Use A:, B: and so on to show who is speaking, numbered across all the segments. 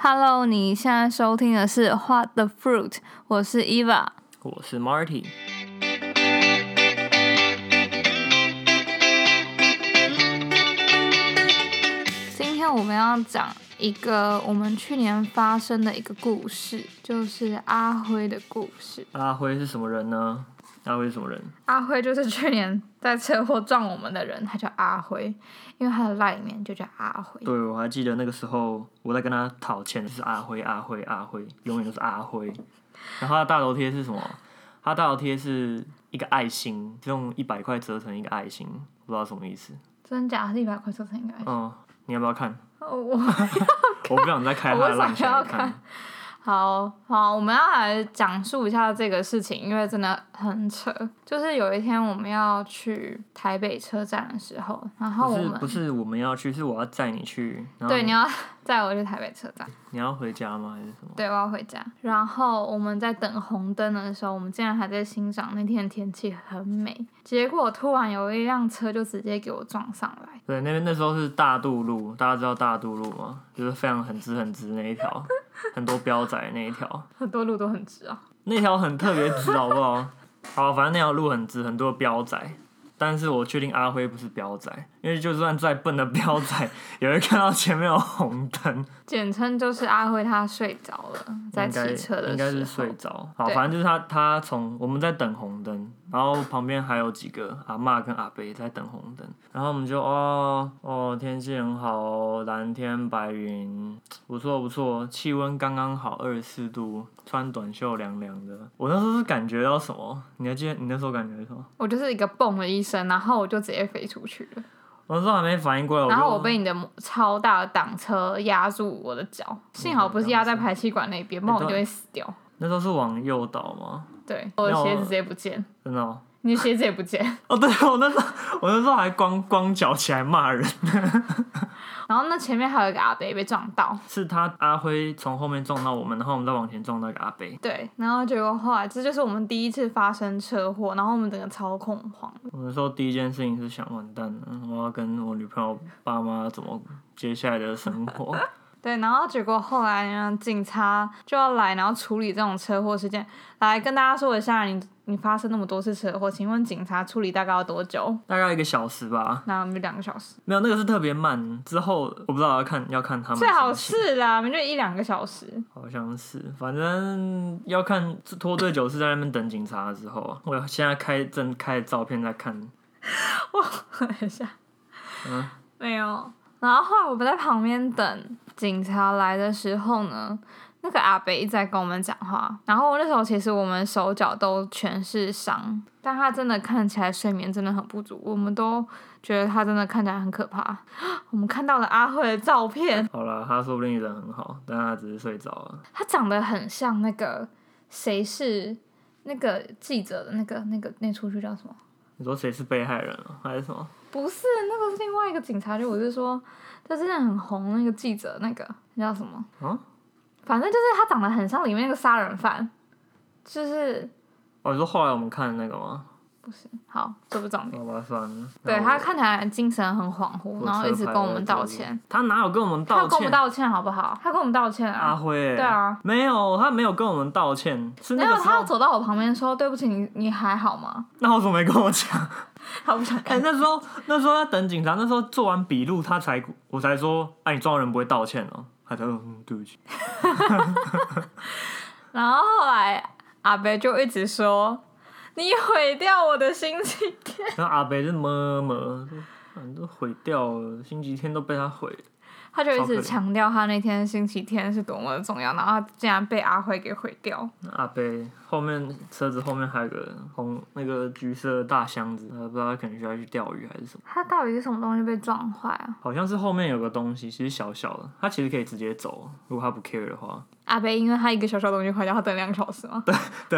A: Hello，你现在收听的是《What the Fruit》，我是 Eva。
B: 我是 Marty。
A: 今天我们要讲一个我们去年发生的一个故事，就是阿辉的故事。
B: 阿辉是什么人呢？阿辉是什么人？
A: 阿辉就是去年在车祸撞我们的人，他叫阿辉，因为他的赖里面就叫阿辉。
B: 对，我还记得那个时候我在跟他讨钱，就是阿辉，阿辉，阿辉，永远都是阿辉。然后他的大头贴是什么？他的大头贴是一个爱心，就用一百块折成一个爱心，不知道什么意思。
A: 真假的是一百块折成一个爱心。
B: 嗯，你要不要看？
A: 哦，我
B: 我不想再开他的烂
A: 我
B: 来
A: 为什么要看。好好，我们要来讲述一下这个事情，因为真的很扯。就是有一天我们要去台北车站的时候，然后
B: 不
A: 我
B: 是
A: 们
B: 不是我们要去，是我要载你去。然后
A: 对你要 载我去台北车站，
B: 你要回家吗？还是什么？
A: 对，我要回家。然后我们在等红灯的时候，我们竟然还在欣赏那天的天气很美，结果突然有一辆车就直接给我撞上来。
B: 对，那边那时候是大渡路，大家知道大渡路吗？就是非常很直很直那一条，很多标仔那一条，
A: 很多路都很直啊，
B: 那条很特别直，好不好？好，反正那条路很直，很多标仔。但是我确定阿辉不是标仔，因为就算再笨的标仔，也会看到前面有红灯，
A: 简称就是阿辉他睡着了，在
B: 应该
A: 骑车的时候
B: 应该是睡着。好，
A: 对
B: 反正就是他，他从我们在等红灯，然后旁边还有几个阿嬷跟阿伯在等红灯，然后我们就哦哦，天气很好哦，蓝天白云，不错不错，气温刚刚好，二十四度，穿短袖凉凉的。我那时候是感觉到什么？你还记得你那时候感觉什么？
A: 我就是一个蹦的一声，然后我就直接飞出去了，
B: 我那时候还没反应过来，
A: 然后
B: 就
A: 我被你的摩超大的挡车压住我的脚，
B: 哦
A: 幸好不是压在排气管那边，不然我就会死掉。
B: 那时候是往右倒吗？
A: 对，我的
B: 那我
A: 鞋子直接不见，
B: 真的、哦。
A: 你的鞋子也不见。
B: 哦，对，我那时候，我那时候还光光脚起来骂人，
A: 然后那前面还有一个阿伯被撞到，
B: 是他阿辉从后面撞到我们，然后我们再往前撞到一个阿北。
A: 对，然后结果后来这就是我们第一次发生车祸，然后我们整个超恐慌。
B: 我那时候第一件事情是想完蛋了，我要跟我女朋友爸妈怎么接下来的生活。
A: 对，然后结果后来呢，警察就要来，然后处理这种车祸事件。来跟大家说一下，你你发生那么多次车祸，请问警察处理大概要多久？
B: 大概一个小时吧，
A: 那我们就两个小时。
B: 没有那个是特别慢。之后我不知道要看要看他们
A: 最好
B: 心情
A: 是啦，我们就一两个小时。
B: 好像是，反正要看拖队九是在那边等警察的时候，我现在开正开的照片在看，
A: 等一下，
B: 嗯，
A: 没有。然后后来我们在旁边等警察来的时候呢，那个阿北一直在跟我们讲话。然后那时候其实我们手脚都全是伤，但他真的看起来睡眠真的很不足，我们都觉得他真的看起来很可怕。 我们看到了阿慧的照 片，
B: 好啦，他说不定人很好，但他只是睡着了。
A: 他长得很像那个谁是那个记者的那个那个那出剧叫什么？
B: 你说谁是被害人啊还是什么？
A: 不是，那个是另外一个警察局。我是说，他之前很红那个记者，那个那叫什么？
B: 嗯，
A: 反正就是他长得很像里面那个杀人犯，就是
B: 哦，你说后来我们看的那个吗？
A: 不是好，这不是重点。
B: 好吧，算了。
A: 对
B: 哦那
A: 他
B: 我
A: 看起来精神很恍惚，
B: 我
A: 然后一直
B: 车牌
A: 跟我
B: 在
A: 们
B: 这
A: 道
B: 里
A: 歉。，
B: 他哪有跟我们
A: 他
B: 道
A: 有跟我
B: 歉？
A: 们道歉好不好？他跟我们道歉
B: 阿
A: 啊，
B: 辉，
A: 对啊，
B: 没有，他没有跟我们道歉，是
A: 没
B: 那
A: 有，
B: 个时
A: 他要
B: 候，
A: 走到我旁边说：“对不起，你你还好吗
B: 那为什么没跟我讲？？”
A: 他不想
B: 哎、
A: 看。
B: 那时候那时候在等警察，那时候做完笔录，他才我才说，哎、你撞人不会道歉哦、他才嗯，对不起。
A: 然后后来阿北就一直说：“你毁掉我的心情。”
B: 然后阿北是么么，说啊你都毁掉了，星期天都被他毁了。
A: 他就一
B: 超可
A: 直
B: 怜
A: 强调他那天星期天是多么的重要，然后他竟然被阿辉给毁掉。
B: 那阿北后面车子后面还有个红那个橘色的大箱子，呃，不知道他可能需要去钓鱼还是什么，
A: 他到底是什么东西被撞坏啊？
B: 好像是后面有个东西，其实小小的，他其实可以直接走，如果他不 care 的话。
A: 阿北因为他一个小小的东西坏掉，他等两个小时吗？
B: 对，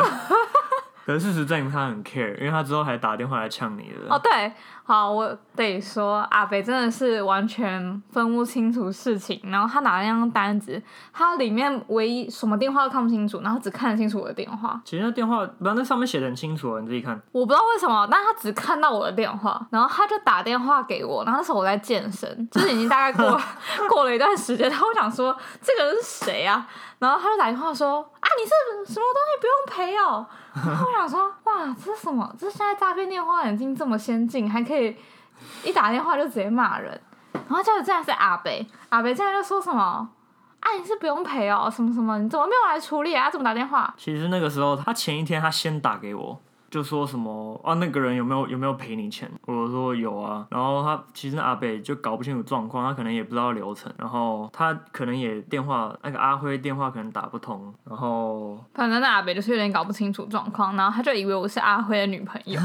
B: 可是事实证明他很 care，因为他之后还打电话来呛你了。
A: 哦，对，好，我得说阿北真的是完全分不清楚事情，然后他拿那张单子，他里面唯一什么电话都看不清楚，然后只看得清楚我的电话，
B: 其实那电话，不，那上面写的很清楚啊，你自己看。
A: 我不知道为什么，但他只看到我的电话，然后他就打电话给我，然后那时候我在健身，就是已经大概过 过了一段时间，然后我想说这个人是谁啊？然后他就打电话说啊，你是什么东西不用赔哦？然后我想说哇，这是什么？这现在诈骗电话已经这么先进，还可以一打电话就直接骂人，然后结果竟然是阿北，阿北竟然就说什么啊，你是不用赔哦，什么什么，你怎么没有来处理啊？怎么打电话？
B: 其实那个时候，他前一天他先打给我，就说什么啊，那个人有没有有没有赔你钱？我说有啊。然后他其实那阿北就搞不清楚状况，他可能也不知道流程，然后他可能也电话那个阿辉电话可能打不通，然后
A: 反正那阿北就是有点搞不清楚状况，然后他就以为我是阿辉的女朋 友，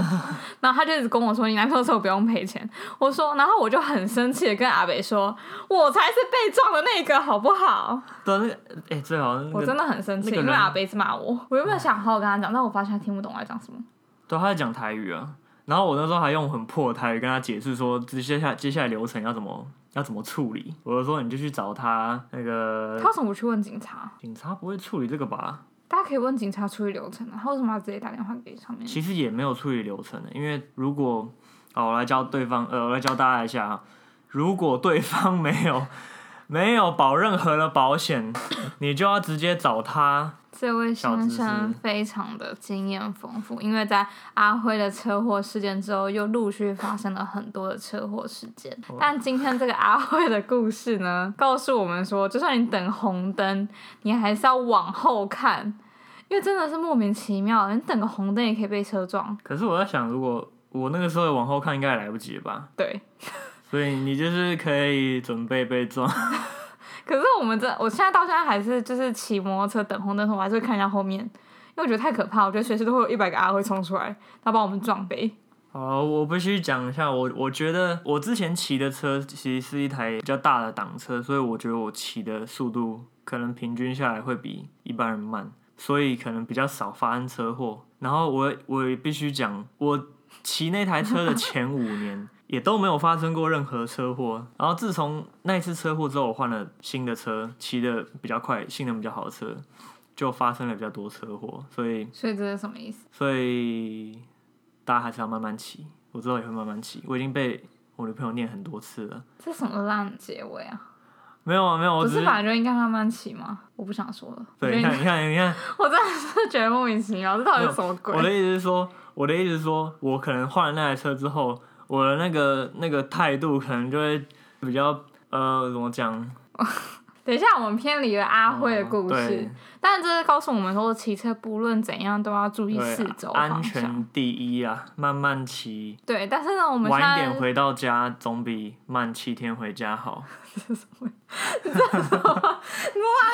A: 然后他就一直跟我说你男朋友说我不用赔钱，我说，然后我就很生气的跟阿北说，我才是被撞的那个，好不好？
B: 对啊那个哎、最好那
A: 我
B: 个
A: 真的很生气，
B: 那个
A: 因为
B: 人
A: 阿北一直骂我，我原本想好好跟他讲，但我发现他听不懂我在讲什么。
B: 对，他在讲台语啊。然后我那时候还用很破的台语跟他解释说，接下来接下来流程要怎么要怎么处理。我就说你就去找他那个
A: 他为什么不去问警察？
B: 警察不会处理这个吧？大
A: 大家可以问警察处理流程啊，他为什么要直接打电话给上面？
B: 其实也没有处理流程的，因为如果哦，我来教对方，呃，我来教大家一下啊，如果对方没有没有保任何的保险，你就要直接找他。
A: 这位先
B: 小知
A: 生
B: 识
A: 非常的经验丰富，因为在阿辉的车祸事件之后，又陆续发生了很多的车祸事件。
B: 哦
A: 但今天这个阿辉的故事呢，告诉我们说，就算你等红灯，你还是要往后看，因为真的是莫名其妙，你等个红灯也可以被车撞。
B: 可是我在想，如果我那个时候往后看，应该也来不及了吧？
A: 对，
B: 所以你就是可以准备被撞。
A: 可是我们这，我现在到现在还是就是骑摩托车等红灯的时候，我还是会看一下后面，因为我觉得太可怕，我觉得随时都会有一百个阿辉冲出来，他把我们撞飞。
B: 好，我必须讲一下，我我觉得我之前骑的车其实是一台比较大的挡车，所以我觉得我骑的速度可能平均下来会比一般人慢，所以可能比较少发生车祸。然后我我也必须讲，我骑那台车的前五年也都没有发生过任何车祸。然后自从那一次车祸之后，我换了新的车，骑的比较快，性能比较好的车，就发生了比较多车祸，所以
A: 所以这是什么意思？
B: 所以大家还是要慢慢骑。我之后也会慢慢骑，我已经被我女朋友念很多次了。
A: 这什么烂结尾啊？
B: 没有啊，没有，我
A: 不
B: 只
A: 是本来就应该慢慢骑吗？我不想说了。
B: 对，你
A: 我觉得
B: 看，你看，你看，
A: 我真的是觉得莫名其妙，这到底是什么
B: 我的
A: 鬼？
B: 意思是说，我的意思是说，我可能换了那台车之后，我的那个那个态度可能就会比较呃，怎么讲？
A: 等一下，我们偏离了阿辉的故
B: 嗯
A: 事，
B: 对
A: 但这是告诉我们说，骑车不论怎样都要注意四
B: 对，
A: 周
B: 安
A: 方向。
B: 全第一啊，慢慢骑，
A: 对，但是呢，我们现
B: 晚一
A: 在
B: 点回到家总比慢七天回家好。
A: 哇，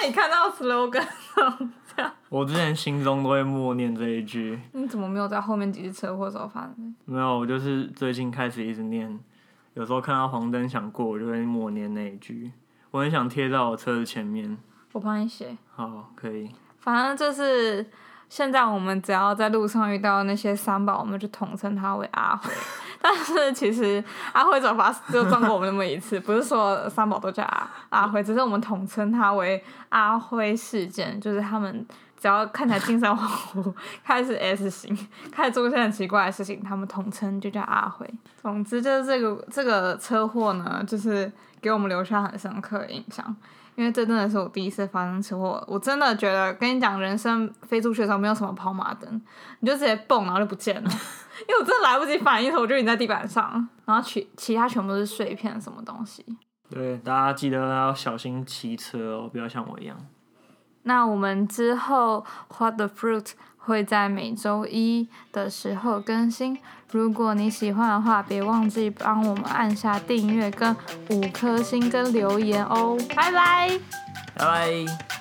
A: 你看到 slogan，
B: 我之前心中都会默念这一句。
A: 你怎么没有在后面几次车祸的时候发生？
B: 没有，我就是最近开始一直念，有时候看到黄灯想过，我就会默念那一句。我很想贴在我车子前面。
A: 我帮你写。
B: 好，可以。
A: 反正就是现在我们只要在路上遇到那些三宝，我们就统称他为阿辉。但是其实阿辉只有发只有撞过我们那么一次，不是说三宝都叫阿阿辉，只是我们统称他为阿辉事件，就是他们。只要看起来精神恍惚， 开始 S 型，开始做一些很奇怪的事情，他们统称就叫阿辉。总之就是这个这个车祸呢，就是给我们留下很深刻的印象。因为这真的是我第一次发生车祸，我真的觉得跟你讲，人生飞出去的时候没有什么跑马灯，你就直接蹦，然后就不见了。因为我真的来不及反应的时候，我就已经在地板上，然后其其他全部是碎片什么东西。
B: 对，大家记得要小心骑车哦，不要像我一样。
A: 那我们之后 What the Fruit 会在每周一的时候更新。如果你喜欢的话，别忘记帮我们按下订阅、跟五颗星、跟留言哦。拜拜。
B: 拜拜。